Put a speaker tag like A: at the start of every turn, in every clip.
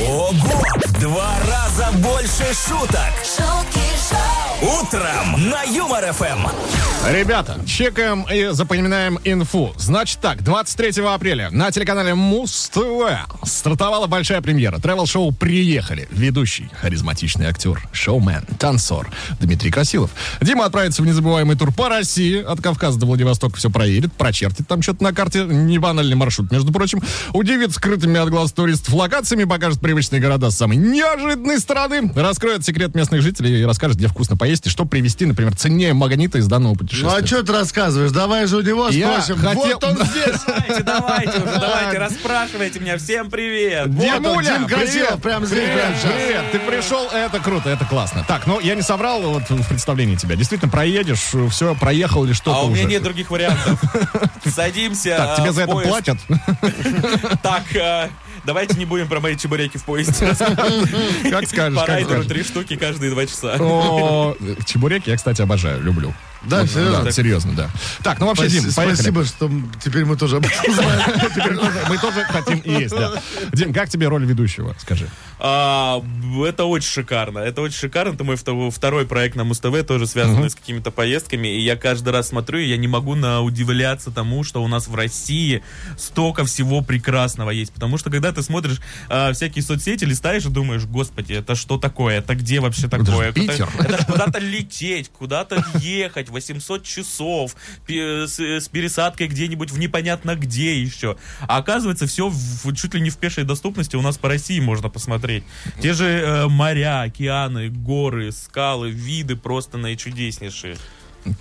A: Ого! В два раза больше шуток!
B: шутки шоу,
A: Утром на Юмор Эм. ФМ!
C: Ребята, чекаем и запоминаем инфу. Значит так, 23 апреля на телеканале Муз-ТВ стартовала большая премьера. Тревел-шоу «Приехали». Ведущий, харизматичный актер, шоумен, танцор Дмитрий Красилов. Дима отправится в незабываемый тур по России. От Кавказа до Владивостока все проедет, прочертит там что-то на карте. Не банальный маршрут, между прочим. Удивит скрытыми от глаз туристов локациями, покажет привычные города с самой неожиданной страны, раскроет секрет местных жителей и расскажет, где вкусно поесть и что привезти, например, ценнее магнита из данного путешествия.
D: Ну а что ты рассказываешь? Давай же у него
C: Я
D: спросим.
C: хотел-
D: Вот он здесь.
E: Давайте, давайте уже, давайте, расспрашивайте меня. Всем привет.
D: Вот он,
C: Димуля,
D: Дим Красилов,
C: привет.
D: прям здесь,
C: Привет,
D: прям сейчас.
C: привет, ты пришел, это круто, это классно. Так, ну я не соврал вот в представлении тебя. Действительно, проедешь, все, проехал или что-то
E: А у
C: уже.
E: меня нет других вариантов. Садимся.
C: Так, тебе
E: э,
C: за
E: в
C: это
E: поезд.
C: платят?
E: Так, э, давайте не будем про мои чебуреки в поезде.
C: Как скажешь,
E: По
C: как
E: райдеру
C: скажешь.
E: три штуки каждые два часа.
C: О, чебуреки я, кстати, обожаю, люблю.
D: Да,
C: Вот,
D: серьезно?
C: Да, серьезно, да. Так, ну вообще, Дим, поехали.
D: Спасибо, что м- теперь мы тоже об этом знаем.
C: Теперь тоже- Мы тоже хотим есть, да. Дим, как тебе роль ведущего, скажи?
E: А, б- это очень шикарно. Это очень шикарно. Это мой вто- второй проект на Муз-ТВ, тоже связанный с какими-то поездками. И я каждый раз смотрю, и я не могу наудивляться тому, что у нас в России столько всего прекрасного есть. Потому что когда ты смотришь а, всякие соцсети, листаешь и думаешь, господи, это что такое? Это где вообще
C: же
E: такое?
C: Питер.
E: Это, это ж куда-то лететь, куда-то ехать, 800 часов, пе- с, с пересадкой где-нибудь в непонятно где еще. А оказывается, все чуть ли не в пешей доступности у нас по России можно посмотреть. Те же э, моря, океаны, горы, скалы, виды просто наичудеснейшие.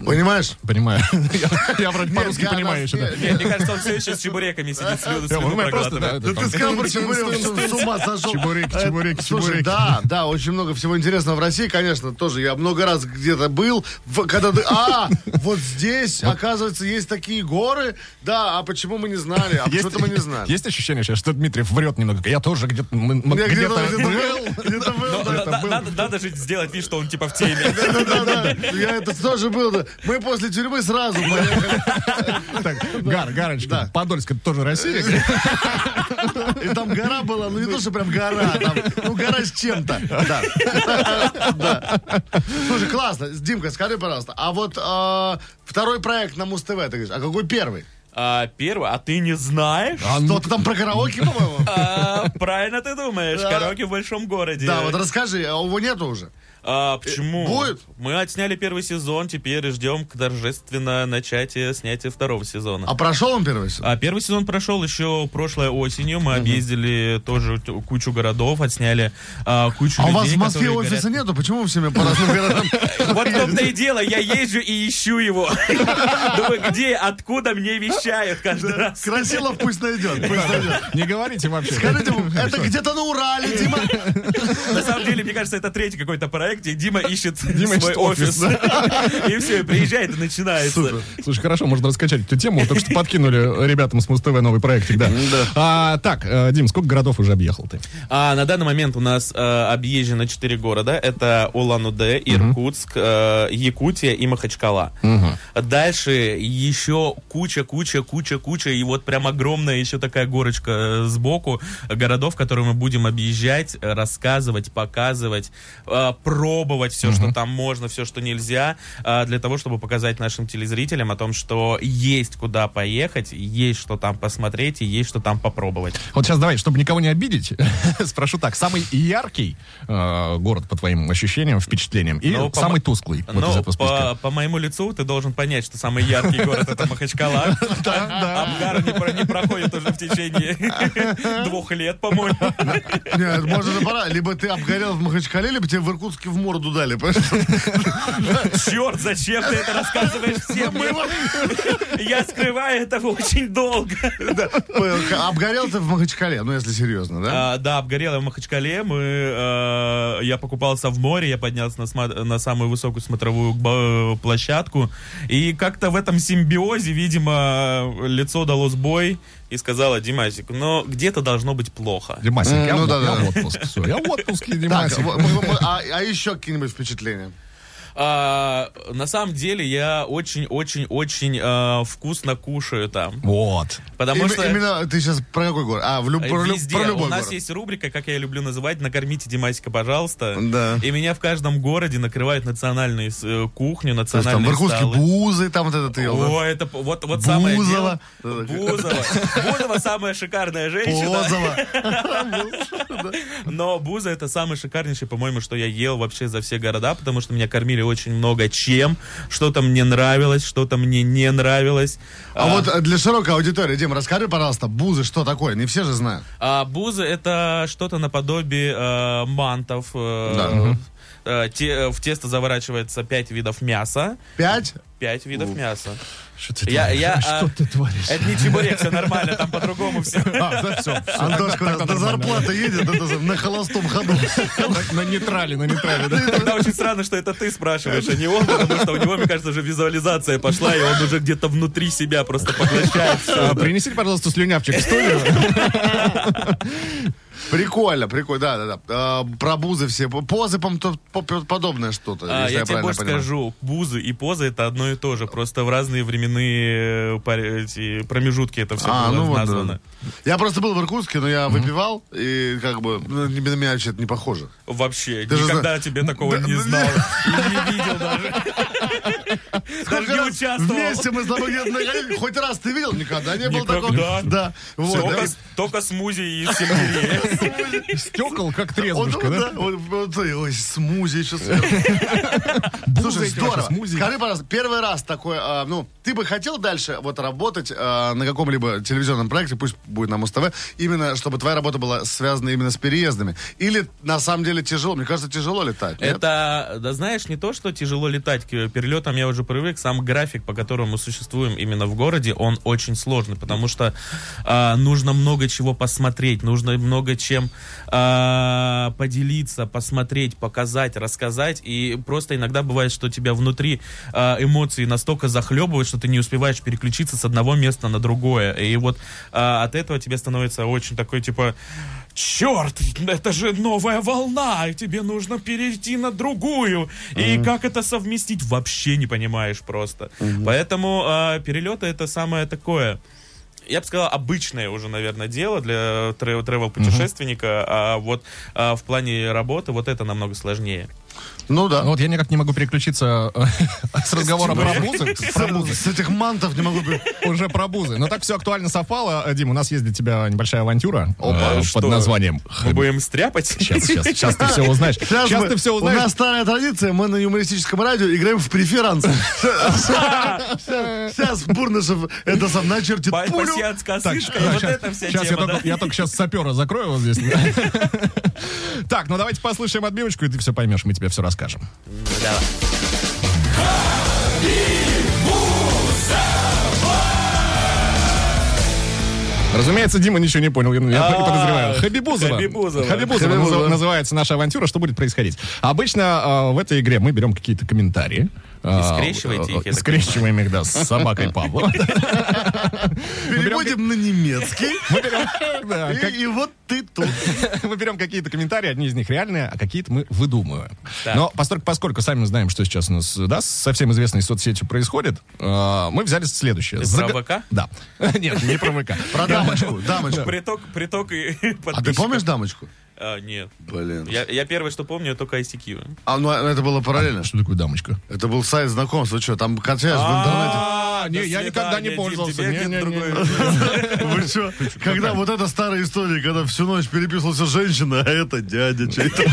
D: Понимаешь?
C: Понимаю. Я- Я вроде
D: Нет,
C: по-русски
D: я
C: понимаю еще. да.
D: обалдел.
E: Мне, мне кажется, он все еще с чебуреками сидит, с слюну,
C: Я
E: слюну
C: просто, да,
E: проглатывает.
C: это
D: Да
C: там-
D: Ну, ты сказал про чебуреки, что ты с ума сошел.
C: Чебуреки,
D: Э,
C: чебуреки,
D: Слушай,
C: чебуреки.
D: да, да, очень много всего интересного в России, конечно, тоже. Я много раз где-то был, в- когда ты, а, вот здесь, оказывается, есть такие горы, да, а почему мы не знали, а почему-то мы не знали.
C: Есть ощущение, сейчас, что Дмитриев врет немного. Я тоже где-то м- м-
D: Я
C: где-то
D: где-то
C: был.
D: был, где-то был,
E: Но
D: да.
E: на- на- надо, надо же сделать вид, что он типа в теме.
D: Да-да-да, я это тоже был. да. Мы после тюрьмы сразу поехали.
C: Так, Гар, Гарочка,
D: Да.
C: Подольск, это тоже Россия?
D: И там гора была, ну не то, что прям гора, там, ну гора с чем-то. Да. Да. Слушай, классно. Димка, скажи, пожалуйста, а вот а, второй проект на Муз-ТВ, ты говоришь, а какой первый?
E: А, первое, а ты не знаешь?
C: А ну,
D: Что-то там про караоке, по-моему?
E: А, правильно ты думаешь,
D: Да.
E: караоке в большом городе.
D: Да, вот расскажи, а его нету уже.
E: А, почему?
D: Э, будет?
E: Мы отсняли первый сезон, теперь ждем к торжественно начатия снятия второго сезона.
D: А прошел он первый? сезон?
E: А первый сезон прошел еще прошлой осенью. Мы объездили тоже т- кучу городов, отсняли а, кучу
D: А у
E: людей,
D: вас в Москве
E: которые
D: офиса
E: горят.
D: нету? Почему вы всеми по разным городам?
E: Вот в том-то и дело, я езжу и ищу его. Думаю, где, откуда мне вещают каждый раз.
D: Красилов пусть найдет, пусть найдет.
C: Не говорите вообще.
D: Скажите, это где-то на Урале, Дима.
E: На самом деле, мне кажется, это третий какой-то проект, где Дима ищет
C: Дима
E: свой
C: ищет офис,
E: офис. И все, и приезжает, и начинается.
C: Слушай, хорошо, можно раскачать эту тему. Только что подкинули ребятам с Муз-ТВ новый проектик, да. А, Так, э, Дим, сколько городов уже объехал ты?
E: А, на данный момент у нас э, объезжено 4 города. Это Улан-Удэ, Иркутск, э, Якутия и Махачкала. Дальше еще куча, куча, куча, куча. И вот прям огромная еще такая горочка э, сбоку городов, которые мы будем объезжать, э, рассказывать, показывать, э, пробовать все, что там можно, все, что нельзя, э, для того, чтобы показать нашим телезрителям о том, что есть куда поехать, есть что там посмотреть и есть что там попробовать.
C: Вот сейчас давай, чтобы никого не обидеть, спрошу так. Самый яркий э, город, по твоим ощущениям, впечатлениям? И
E: Ну, по
C: самый
E: мо-
C: тусклый вот из
E: Ну,
C: этого списка?
E: по, по моему лицу ты должен понять, что самый яркий город это Махачкала. Абгар не про- не проходит уже в течение двух лет, по-моему.
D: Нет, можно же пора. Либо ты обгорел в Махачкале, либо тебе в Иркутске в морду дали. понимаешь?
E: Черт, зачем ты это рассказываешь всем? Я скрываю это очень долго.
D: Обгорел ты в Махачкале, ну если серьезно, да?
E: А, да, обгорел я в Махачкале. Мы, э, я покупался в море, я поднялся на, сма- на самую высокую смотровую ба- э, площадку. И как-то в этом симбиозе, видимо, лицо дало сбой и сказала Димасик, но где-то должно быть плохо.
C: Димасик, я
D: Ну,
C: в-
D: да,
C: я
D: да.
C: в отпуске. Я в отпуске,
D: Так,
C: Димасик.
D: вот, мы- мы- а, а еще какие-нибудь впечатления?
E: а, на самом деле я очень-очень-очень а, вкусно кушаю там.
C: Вот.
E: Потому
D: Им-
E: что
D: Именно ты сейчас про какой город? А, в люб- про,
E: э,
D: люб-
E: везде
D: про
E: у
D: любой
E: нас
D: город.
E: есть рубрика, как я люблю называть, накормите Димасика, пожалуйста.
D: Да.
E: И меня в каждом городе накрывают национальные с- э, кухню,
D: То есть там
E: национальные
D: в Иркутске
E: столы.
D: бузы, там вот это ты ел, да?
E: О, это п- вот, вот самое дело.
D: Бузова.
E: Бузова. Бузова самая шикарная женщина.
D: Позово.
E: Но Буза это самый шикарнейший, по-моему, что я ел вообще за все города, потому что меня кормили очень много чем. Что-то мне нравилось, что-то мне не нравилось.
D: А вот э, для широкой аудитории, Дим, расскажи, пожалуйста, бузы что такое? Не все же знают.
E: а, бузы это что-то наподобие э, мантов. э,
D: Да. Мгм.
E: э, те- в тесто заворачивается пять видов мяса.
D: Пять?
E: Пять видов мяса.
C: Что ты
E: Я- я, а,
C: Что ты творишь?
E: Это не чебурек, все нормально, там по-другому все.
C: А, да, все.
D: Антошка у нас до зарплаты едет это, на холостом ходу.
C: На нейтрале, на нейтрале, да?
E: Тогда очень странно, что это ты спрашиваешь, а не он, потому что у него, мне кажется, уже визуализация пошла, и он уже где-то внутри себя просто поглощает всё.
C: А, Принесите, пожалуйста, слюнявчик в студию.
D: Прикольно, прикольно, да, да, да. А, Про бузы все. Позы, по-моему, то- по- по- подобное что-то,
E: А,
D: если
E: я тебе
D: я правильно
E: больше
D: понимаю.
E: скажу, бузы и позы это одно и то же, просто в разные временные э, пар- эти промежутки это все
D: А, ну
E: было
D: вот, да.
E: названо.
D: Я просто был в Иркутске, но я выпивал, и как бы ну, на меня вообще это не похоже.
E: Вообще,
D: Ты же
E: никогда
D: зна-
E: тебе такого
D: Да,
E: не
D: да.
E: знал. И не видел даже. Даже
D: Сколько
E: не
D: раз
E: участвовал.
D: Вместе мы с тобой где-то находились. Хоть раз ты видел? Никогда не было
E: Никогда.
D: такого. Да. Вот, да.
E: Только, только смузи и сельдерей.
C: Стекол, как
D: Он,
C: трезвушка,
D: он,
C: да?
D: да, он- он- ой, ой, смузи еще сверху. Слушай,
C: эти ваши
D: здорово.
C: смузи.
D: Скажи, пожалуйста, первый раз такой, а, ну, ты бы хотел дальше вот работать а, на каком-либо телевизионном проекте, пусть будет на Муз-ТВ, именно чтобы твоя работа была связана именно с переездами? Или на самом деле тяжело? Мне кажется, тяжело летать. нет?
E: Это, да знаешь, не то, что тяжело летать, к перелетам я уже привык, сам график, по которому мы существуем именно в городе, он очень сложный, потому что а, нужно много чего посмотреть, нужно много чем а, поделиться, посмотреть, показать, рассказать, и просто иногда бывает, что тебя внутри а, эмоции настолько захлебывают, что ты не успеваешь переключиться с одного места на другое, и вот а, от этого тебе становится очень такой, типа, черт, это же новая волна, и тебе нужно перейти на другую. И как это совместить, вообще не понимаешь просто. Поэтому а, перелеты это самое такое. Я бы сказал, обычное уже, наверное, дело для тревел-путешественника, а вот а, в плане работы вот это намного сложнее.
D: Ну да.
C: Ну Вот я никак не могу переключиться э, с разговора про бузы. Про бузы.
D: С этих мантов не могу...
C: Уже про бузы. Но так все актуально совпало. Э, Дим, у нас есть для тебя небольшая авантюра э,
E: Опа,
C: под
E: что?
C: названием...
E: Мы будем стряпать.
C: Хм. Сейчас, сейчас, сейчас ты все узнаешь.
D: Сейчас
C: Сейчас
D: мы-
C: ты все
D: У
C: узнаешь.
D: нас старая традиция, мы на юмористическом радио играем в преферанс. Сейчас Бурнышев это сам начертит
E: Па-
D: пулю.
E: пасьянс,
C: Так,
E: косышка, и
C: да,
E: вот
C: щас-
E: это вся
C: щас я
E: тема,
C: только-
E: да.
C: Я только сейчас сапера закрою вот здесь. Так, ну давайте послушаем отбивочку, и ты все поймешь, мы тебе все расскажем.
E: Давай.
C: Разумеется, Дима ничего не понял, я- я
E: А,
C: подозреваю. Хабибузова.
E: Хабибузова.
C: Хабибузова
D: Хабибузова.
C: назыв- называется наша авантюра. Что будет происходить? Обычно э, в этой игре мы берем какие-то комментарии. э,
E: скрещиваете их, я
C: э,
E: так
C: Скрещиваем их, да, с собакой Павлова.
D: Переводим на немецкий.
C: Мы берем, да,
D: И-
C: как-
D: И вот ты тут.
C: мы берем какие-то комментарии, одни из них реальные, а какие-то мы выдумываем.
E: Так.
C: Но поскольку, поскольку сами знаем, что сейчас у нас да, со всем известной соцсетью происходит, э, мы взяли следующее.
E: Ты
C: Заг-
E: про ВК?
C: Да. Нет, не про ВК.
D: Про дамочку, дамочку.
E: Приток, приток и
D: А ты
E: подписчиков.
D: помнишь дамочку?
E: А, нет.
D: Блин.
E: Я, я первое, что помню, только ICQ.
D: А, ну это было параллельно.
C: Что такое дамочка?
D: Это был сайт знакомств. Вы что, там консьерж в интернете?
E: А,
C: Ну, не,
E: до
C: я
E: свидания,
C: никогда не
E: Дим,
C: пользовался.
E: тебе
C: Не,
E: где-то
C: не, не.
E: другое.
D: Вы что? Когда вот эта старая история, когда всю ночь переписывался женщина, а это дядя чей-то.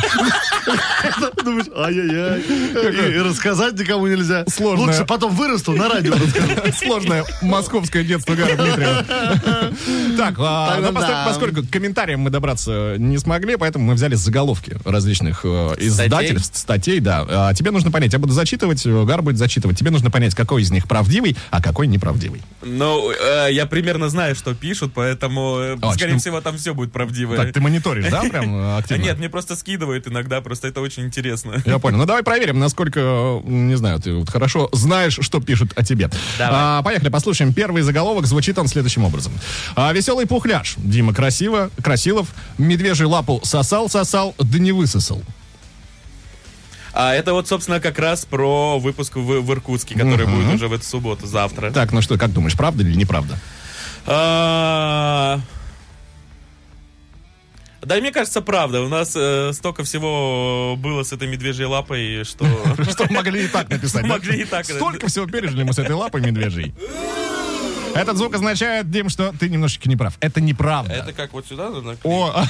D: Думаешь, ай-яй-яй. И- И рассказать никому нельзя.
C: Сложно.
D: Лучше потом вырасту на радио расскажу.
C: Сложное московское детство Гара Дмитриева. Так, а,
D: Тогда
C: но постоль-
D: да.
C: поскольку к комментариям мы добраться не смогли, поэтому мы взяли заголовки различных э, издательств, статей, да. А Тебе нужно понять, я буду зачитывать, э, Гар будет зачитывать. Тебе нужно понять, какой из них правдивый, а какой неправдивый.
E: Ну, э, я примерно знаю, что пишут, поэтому, э,
C: А,
E: скорее
C: что-
E: всего, там все будет правдивое.
C: Так, ты мониторишь, да, прям э,
E: А
C: активно?
E: нет, мне просто скидывают иногда, просто это очень интересно.
C: Я понял. Ну давай проверим, насколько, э, не знаю, ты вот хорошо знаешь, что пишут о тебе.
E: Давай.
C: А, поехали, послушаем первый заголовок. Звучит он следующим образом. А, веселый пухляш. Дима красиво, Красилов. Медвежий лапу сосал-сосал, да не высосал.
E: А это вот, собственно, как раз про выпуск в, в Иркутске, который будет уже в эту субботу, завтра.
C: Так, ну что, как думаешь, правда или неправда?
E: А, Да, мне кажется, правда. У нас э, столько всего было с этой медвежьей лапой, что...
C: Что могли и так написать. да?
E: Могли и так.
C: Столько всего пережили мы с этой лапой медвежьей. Этот звук означает, Дим, что ты немножечко не прав. Это неправда.
E: Это как вот сюда надо наклеить?
C: О,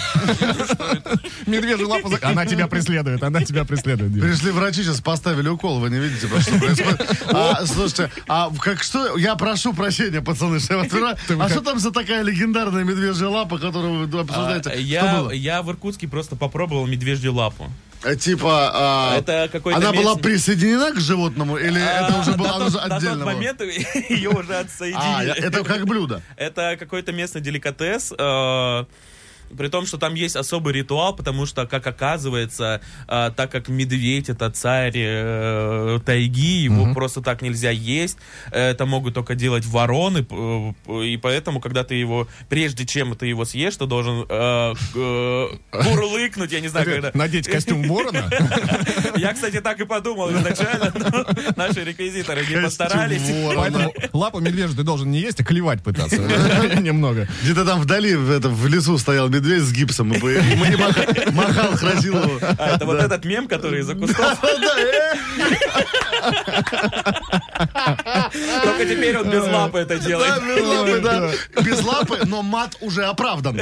C: медвежья лапа, за- она тебя преследует, она тебя преследует. Дим.
D: Пришли врачи, сейчас поставили укол, вы не видите, просто, что происходит. А, слушайте, а в- как что, я прошу прощения, пацаны, что я вас прерваю. А что там за такая легендарная медвежья лапа, которую вы обсуждаете?
E: А,
D: Что
E: я,
D: было?
E: я в Иркутске просто попробовал медвежью лапу.
D: Э, Типа, а,
E: Это какой-то
D: она была
E: местный-
D: присоединена к животному или это уже
E: А,
D: было
E: на
D: она
E: тот-
D: уже
E: На тот
D: отдельно? была?
E: момент ее уже
D: А,
E: отсоединили.
D: я- это как блюдо.
E: Это какой-то местный деликатес. э, При том, что там есть особый ритуал, потому что, как оказывается, э, так как медведь это царь э, тайги, его просто так нельзя есть. Э, Это могут только делать вороны, п- п- и поэтому, когда ты его, прежде чем ты его съешь, ты должен э, э, бурлыкнуть, я не знаю, когда.
C: Надеть костюм ворона?
E: Я, кстати, так и подумал изначально, но наши реквизиторы не постарались.
D: Ворона.
C: Поэтому лапу медвежью ты должен не есть, а клевать пытаться. Немного.
D: Где-то там вдали, в, этом, в лесу стоял медведь с гипсом, и мы- мы не маха- махал, хрозил его.
E: А это вот
D: Да.
E: этот мем, который из-за кустов. э. Только теперь он без лапы это
D: Да,
E: делает.
D: без лапы, да. Без лапы, но мат уже оправдан.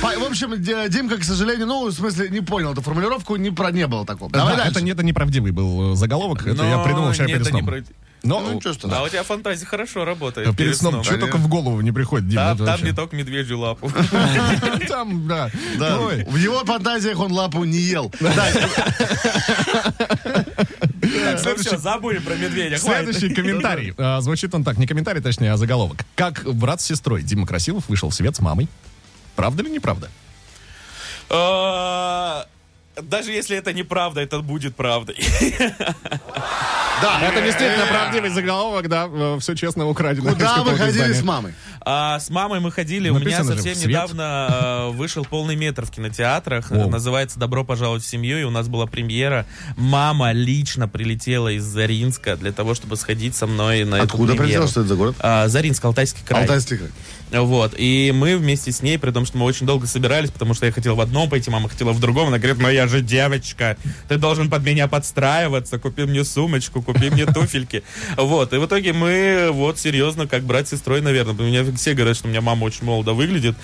D: По- В общем, Ди- Димка, к сожалению, ну, в смысле, не понял эту формулировку, не про не было такого. Давай
C: Да,
D: дальше.
C: это, не- это неправдивый был э, заголовок, это я
E: Но
C: придумал вчера
E: нет,
C: перед
E: это не
C: сном.
E: пройти.
C: Но э,
D: Ну, чё ж ты,
E: Да, у тебя фантазия хорошо работает.
C: перед, сном, что только в голову не приходит, Дим,
E: Там,
C: это
E: там
C: вообще.
E: не только медвежью лапу.
C: Там, да.
D: Да.
C: Ой.
D: В его фантазиях он лапу не ел. Да,
E: Так, ну все, забыли про медведя. хватит.
C: Следующий комментарий. А, Звучит он так, не комментарий, точнее, а заголовок. Как брат с сестрой Дима Красилов вышел в свет с мамой? Правда или неправда?
E: Э, Даже если это неправда, это будет правдой.
D: да.
C: Это действительно правдивый заголовник, да, все честно украдено.
D: Э. Куда вы ходили с мамой?
E: А с мамой мы ходили.
C: Написано
E: У
C: же,
E: меня совсем
C: «Свет».
E: недавно э, вышел полный метр в кинотеатрах.
C: Воу.
E: Называется «Добро пожаловать в семью». И у нас была премьера. Мама лично прилетела из Заринска для того, чтобы сходить со мной на
D: Откуда
E: эту премьеру.
D: прилетел, что это за город?
E: А, Заринск, Алтайский край.
D: Алтайский край.
E: Вот. И мы вместе с ней, при том, что мы очень долго собирались, потому что я хотел в одном пойти, мама хотела в другом. Она говорит, ну я же девочка, ты должен под меня подстраиваться, купи мне сумочку, купи мне туфельки. Вот. И в итоге мы вот серьезно, как брат с сестрой, наверное. У меня все говорят, что у меня мама очень молодо выглядит.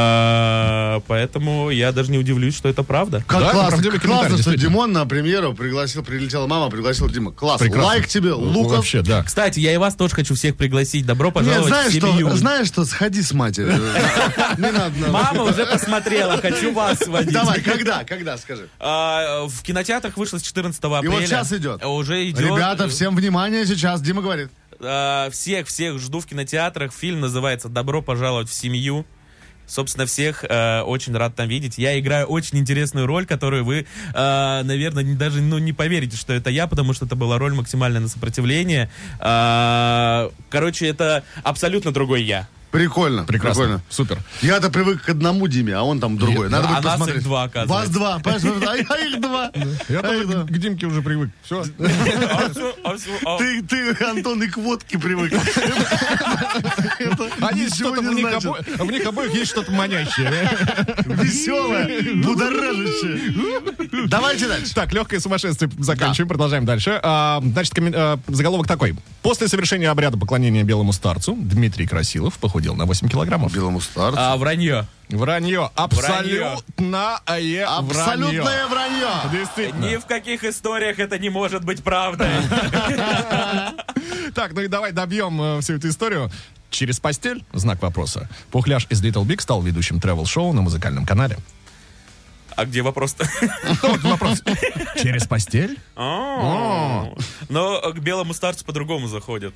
E: А, Поэтому я даже не удивлюсь, что это правда.
D: Как
C: Да,
D: классно,
C: правдивый
D: как
C: комментарий,
D: классно, что
C: действительно.
D: Димон на премьеру пригласил, прилетела мама, пригласил Дима. Класс.
C: Прекрасно. Ну,
D: Лайк тебе, Луков.
C: Вообще, да.
E: Кстати, я и вас тоже хочу всех пригласить. Добро
D: Нет,
E: пожаловать
D: знаешь
E: в семью.
D: что, знаешь что, сходи с матерью. Не надо. надо.
E: Мама уже посмотрела, хочу вас сводить.
D: Давай, когда, когда, скажи.
E: А, в кинотеатрах вышло с 14 апреля.
D: И вот сейчас идет.
E: Уже идет.
D: Ребята, всем внимание сейчас, Дима говорит.
E: А, всех, всех жду в кинотеатрах. Фильм называется «Добро пожаловать в семью». Собственно, всех э, очень рад там видеть. Я играю очень интересную роль, которую вы, э, наверное, не- даже ну, не поверите, что это я, потому что это была роль максимально на сопротивление. А, короче, это абсолютно другой я.
D: Прикольно,
C: Прекрасно.
D: прикольно.
C: Супер.
D: Я-то привык к одному Диме, а он там другой.
E: а
D: Надо будет
E: нас их
D: посмотреть.
E: два,
D: Вас
E: оказывается.
D: два, понимаешь? А я их два.
C: Я
D: А их
C: тоже
D: два.
C: к- к Димке уже привык. Все.
E: А всё- а всё- а-
D: Ты, ты, Антон, и к водке привык.
C: Они
D: ничего
C: что-то в
D: не
C: них,
D: значит.
C: обо- в них обоих есть что-то манящее.
D: Веселое,
E: Ну,
D: будоражащее. Давайте дальше.
C: Так, легкое сумасшествие заканчиваем, продолжаем дальше. А, значит, коммен- а, заголовок такой. После совершения обряда поклонения белому старцу Дмитрий Красилов похудел на 8 килограммов.
D: Белому старцу.
E: а, вранье.
C: Вранье. Абсолютное вранье.
D: Абсолютное вранье.
C: Действительно.
E: Ни в каких историях это не может быть правдой.
C: Так, ну и давай добьем э, всю эту историю. Через постель? Знак вопроса. Пухляш из Little Big стал ведущим тревел-шоу на музыкальном канале. Ну,
E: А где вопрос-то?
C: Вот вопрос. Через постель?
E: А. Но к белому старцу по-другому заходят.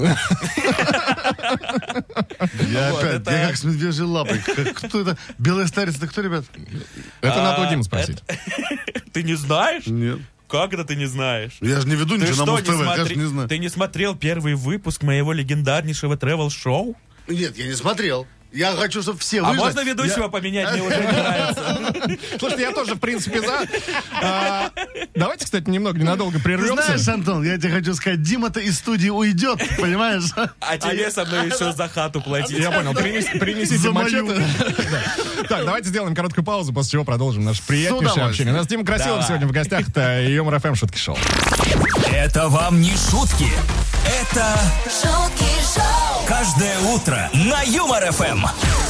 D: Я
E: Вот,
D: опять,
E: это-
D: я как с медвежьей лапой. Как- Кто это? Белый старец, это кто, ребят?
C: Это
E: А,
C: надо у Димы спросить.
E: Ты не знаешь?
D: Нет.
E: Как это ты не знаешь?
D: Я же не веду
E: Ты
D: ничего на
E: что,
D: Муз
E: не,
D: ТВ,
E: смотри-
D: конечно, не знаю.
E: ты не смотрел первый выпуск моего легендарнейшего тревел-шоу?
D: Нет, я не смотрел. Я хочу, чтобы все
E: А
D: выжили.
E: можно ведущего поменять? Мне уже не нравится.
C: Слушайте, я тоже, в принципе, за. А, Давайте, кстати, немного, ненадолго
D: Знаешь,
C: прервемся.
D: Антон, я тебе хочу сказать, Дима-то из студии уйдет, понимаешь?
E: А тебе со мной еще за хату платить.
C: Я понял, принес- принесите
D: а За мою.
C: мачете. Да. Так, давайте сделаем короткую паузу, после чего продолжим наше приятнейшее
D: удовольствием.
C: общение. У нас Дима Красилов
E: Давай.
C: сегодня в гостях, это Юмор ФМ Шутки Шоу.
A: Это вам не шутки. Это
B: шутки шоу,
A: каждое утро на Юмор Эм. ФМ.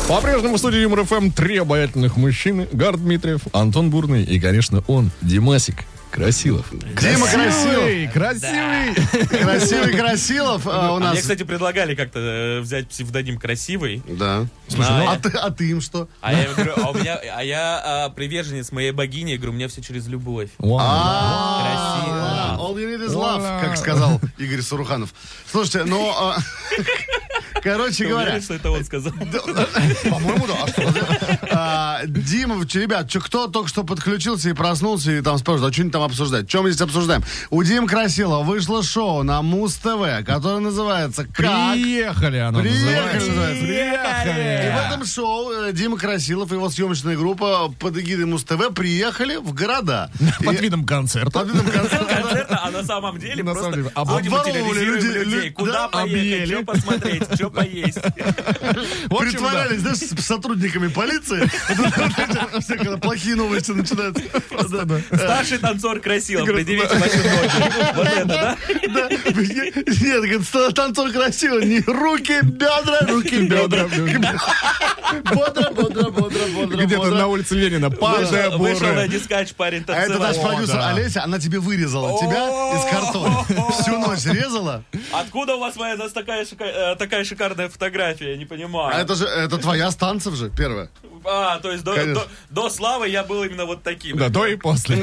C: По-прежнему в студии Юмор ФМ три обаятельных мужчины. Гар Дмитриев, Антон Бурный и, конечно, он, Димасик Красилов.
D: Дима Красилов.
C: красивый.
D: Красивый Красилов а, у
E: Мне,
D: нас.
E: кстати, предлагали как-то э, взять псевдоним красивый.
D: Да.
E: Слушай, ну-
D: а, ты, а ты им что?
E: А я говорю, а у меня, а я а, приверженец моей богини, я говорю, у меня все через любовь.
C: Вау.
D: А,
E: Красиво.
D: All you need is
C: Ура.
D: love, как сказал Игорь Суруханов. Слушайте, ну, а, короче
E: Ты
D: говоря,
E: уверен, что это он сказал?
D: по-моему, да. А что? А, Дима, ч- ребят, чё, кто только что подключился и проснулся и там спрашивает, а что они там обсуждать? Чем мы здесь обсуждаем? У Димы Красилова вышло шоу на Муз-ТВ, которое называется «Как...»
C: Приехали оно называется.
D: Приехали, называется. И
C: Приехали.
D: в этом шоу э, Дима Красилов и его съемочная группа под эгидой Муз-ТВ приехали в города.
C: Под видом концерта.
D: Под видом концерта, да.
E: Концерта, а на самом деле
C: На
E: просто
C: самом деле,
E: ходим и
D: обворовывали
E: терроризируем
D: людей,
E: людей.
D: лю-
E: Куда
D: да,
E: поехать,
C: объели.
E: что посмотреть, что поесть.
C: В общем, да.
D: Притворялись, знаешь, с сотрудниками полиции. Все, когда Плохие новости начинаются. Да, да.
E: Старший танцор красиво, предъявите ваши ноги. Вот это, да?
D: Да. Нет, говорит, «Ста- танцор красиво. Не руки, бедра, руки, бедра. Бодро, бодро, бодро, бодро.
C: Где-то
D: бодро.
C: на улице Ленина. Падая
E: Вышел на
C: буры.
E: дискач, парень
D: А это наш
E: танцевал.
D: продюсер Олеся, она тебе вырезала тебя из картона. Всю ночь резала.
E: Откуда у вас моя за- такая шика- э, такая шикарная фотография, я не понимаю.
D: А это же, это твоя станция же, первая.
E: А, то есть до,
D: Конечно.
E: до- до славы я был именно вот таким.
C: Да, до и после.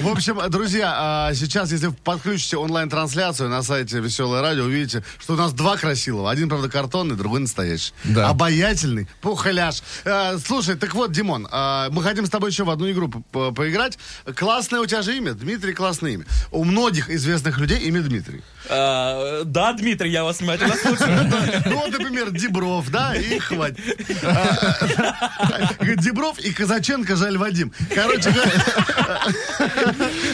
D: В общем, друзья, а, сейчас, если вы подключите онлайн-трансляцию на сайте Веселое Радио, увидите, что у нас два красилова. Один, правда, картонный, другой настоящий.
C: Да.
D: Обаятельный, пухоляш. А, Слушай, так вот, Димон, а, мы хотим с тобой еще в одну игру по- по- поиграть. Классное у тебя же имя, Дмитрий, классное имя. У многих известных людей имя Дмитрий.
E: А, да, Дмитрий, я вас внимательно слушаю.
D: Ну, вот, например, Дебров, да, и хватит. А, Дебров и Казаченко, жаль, Вадим. Короче говоря...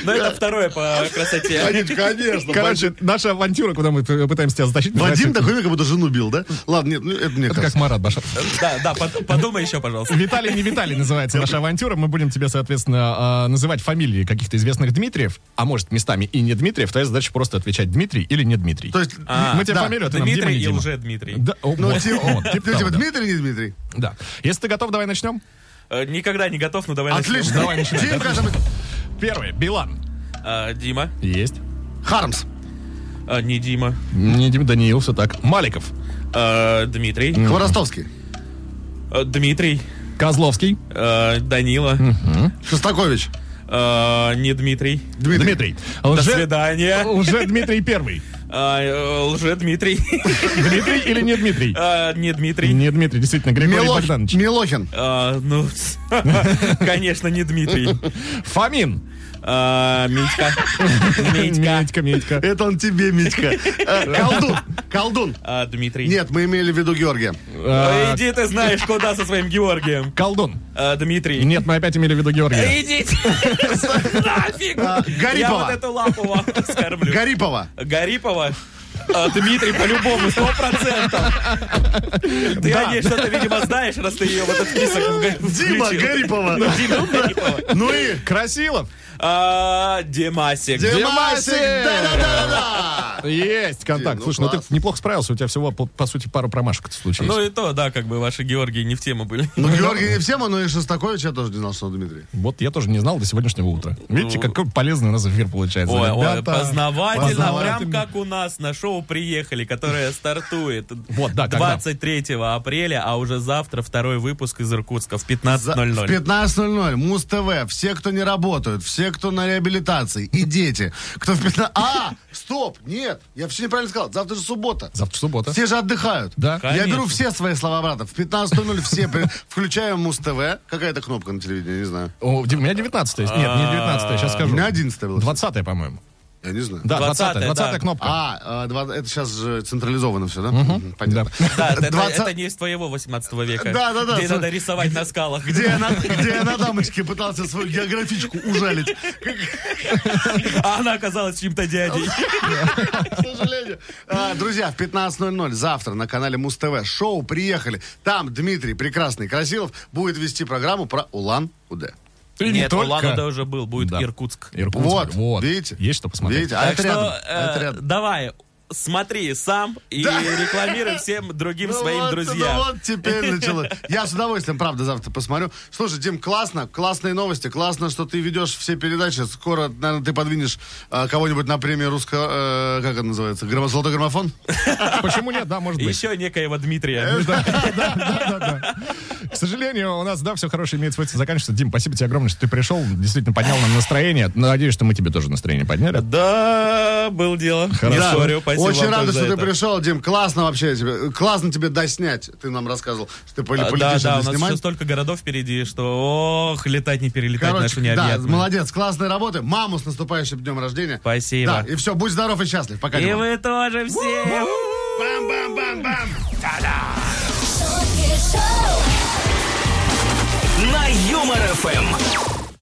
E: Но это второе по красоте.
D: Конечно,
C: Короче, наша авантюра, куда мы т- пытаемся тебя затащить.
D: Вадим
C: называется-
D: такой, как будто жену бил, да? Ладно, нет, ну, это мне
C: Это как
D: кажется.
C: Марат Башар.
E: Да, да, под- подумай еще, пожалуйста.
C: Виталий не Виталий называется наша авантюра. Мы будем тебе, соответственно, э, называть фамилии каких-то известных Дмитриев, а может, местами и не Дмитриев. Твоя задача просто отвечать Дмитрий или не Дмитрий.
D: То есть,
E: А,
C: мы тебе
D: да.
C: фамилию, а ты нам Дима,
E: Дмитрий
C: не
E: и
C: Дима.
E: уже Дмитрий.
C: Да, о,
D: ну,
C: вот,
D: ти-
C: вот,
D: ты,
C: типа того,
D: типа,
C: да.
D: Дмитрий, не Дмитрий?
C: Да. Если ты готов, давай начнем.
E: Э, Никогда не готов, но давай
D: Отлично.
E: начнем.
C: Давай, начинай.
D: Димка, там-
C: Первый. Билан.
E: А, Дима.
C: Есть.
D: Хармс.
E: А, не Дима.
C: Не Дим, Даниил, все так. Маликов.
E: А, Дмитрий.
D: Хворостовский.
E: А, Дмитрий.
C: Козловский.
E: А, Данила.
D: Шостакович.
E: А, не Дмитрий.
D: Дмитрий.
C: Дмитрий.
E: До
C: Лже-
E: свидания.
C: Лже Дмитрий первый.
E: А, э, Лже Дмитрий.
C: Дмитрий или не Дмитрий?
E: А, Не Дмитрий.
C: Не Дмитрий, действительно, Григорий
D: Милох-
C: Богданович.
D: Милохин.
E: А, Ну, конечно, не Дмитрий.
C: Фомин.
E: А, Митька. Митька.
C: Митька, Митька.
D: Это он тебе, Митька. Э, Колдун. Колдун.
E: А, Дмитрий.
D: Нет, мы имели в виду Георгия.
E: А,
C: А,
E: Иди ты знаешь куда со своим Георгием.
C: Колдун.
E: А, Дмитрий.
C: Нет, мы опять имели в виду Георгия.
E: Иди ты нафиг. Я
D: Гарипова.
E: вот эту лапу вам оскорблю.
D: Гарипова.
E: Гарипова. А, Дмитрий, по-любому, сто процентов. Ты о ней что-то, видимо, знаешь, раз ты ее в этот список в-
D: Дима
E: включил.
D: Гарипова.
E: Дима Гарипова.
D: Ну и...
C: Красилов.
E: А, Димасик.
D: Демасик.
C: Демасик.
D: Да-да-да-да-да.
C: Есть контакт.
D: ну
C: Слушай, ну ты
D: класс.
C: неплохо справился. У тебя всего, по, по сути, пару промашек случилось.
E: Ну и то, да, как бы ваши Георгии не в тему были.
D: Ну, Георгий не всем, но и Шостакович я тоже не знал, что он Дмитрий.
C: Вот я тоже не знал до сегодняшнего утра. Видите, какой полезный у нас эфир получается.
E: Ой, ой,
C: Ребята,
E: познавательно, прям
C: познавательно.
E: как у нас на шоу «Приехали», которое стартует
C: Вот, да, когда?
E: 23 апреля, а уже завтра второй выпуск из Иркутска в
D: За- В
E: 15.00.
D: 15.00 Муз ТВ. Все, кто не работают, все, кто на реабилитации, и дети. Кто в 15... А, стоп, нет, я все неправильно сказал. Завтра же суббота.
C: Завтра суббота.
D: Все же отдыхают.
C: Да.
D: Я
E: Конечно.
D: беру все свои слова обратно. В 15.00 все при- включаем Муз ТВ. Какая-то кнопка на телевидении, не знаю.
C: О, Дим, у меня 19 Нет, не 19 сейчас
D: У
C: скажу.
D: меня 11 было.
C: 20 по-моему.
F: Я не знаю.
C: Да,
E: 20-я,
C: 20-я, 20-я
E: да.
C: кнопка.
D: А, э, два- это сейчас же централизовано все, да? Мгм, Понятно.
E: Да, это,
D: 20
E: это не из твоего 18 века.
D: Да-да-да.
E: Где надо рисовать на скалах.
D: Где я, на, где я на дамочке пытался свою географичку ужалить.
E: А она оказалась чьим-то дядей.
D: К сожалению. А, Друзья, в 15.00 завтра на канале Муз-ТВ шоу «Приехали». Там Дмитрий Прекрасный Красилов будет вести программу про Улан-Удэ.
C: И не
E: Нет, ну,
C: только.
E: Улан-Удэ уже был, будет
C: Да.
E: Иркутск.
C: Иркутск,
D: Вот, видите?
C: Есть что посмотреть.
D: Видите? А
E: Так
D: это
E: что,
D: рядом.
E: э,
D: Это рядом.
E: давай, смотри сам и рекламируй всем другим
D: Ну
E: своим
D: вот,
E: друзьям.
D: Ну вот теперь началось. Я с удовольствием, правда, завтра посмотрю. Слушай, Дим, классно, классные новости, классно, что ты ведешь все передачи. Скоро, наверное, ты подвинешь э, кого-нибудь на премию русского, э, как это называется, граммо- золотой граммофон.
C: Почему нет, да, может
E: И
C: быть.
E: Еще некоего Дмитрия.
C: К сожалению, у нас, да, все хорошее имеет свойство заканчиваться. Дим, спасибо тебе огромное, что ты пришел. Действительно, поднял нам настроение. Надеюсь, что мы тебе тоже настроение подняли.
E: Да, был дело. Не
C: Да.
E: спорю, спасибо
D: Очень
E: вам
D: рада,
E: тоже
D: что
E: за
D: ты
E: это.
D: пришел, Дим. Классно вообще тебе. Классно тебе доснять. Ты нам рассказывал, что ты поли-
E: А,
D: полетишь
E: Да, да, у
D: это
E: нас
D: снимать.
E: еще столько городов впереди, что ох, летать не перелетать наши
D: Короче, да,
E: необъятные.
D: молодец, классная работа. Маму с наступающим днем рождения.
E: Спасибо.
D: Да, и все, будь здоров и счастлив. Пока,
E: И
D: Дима.
E: вы тоже все.
D: Бам-бам-бам-бам.
B: шутки шоу
A: На Юмор Эм.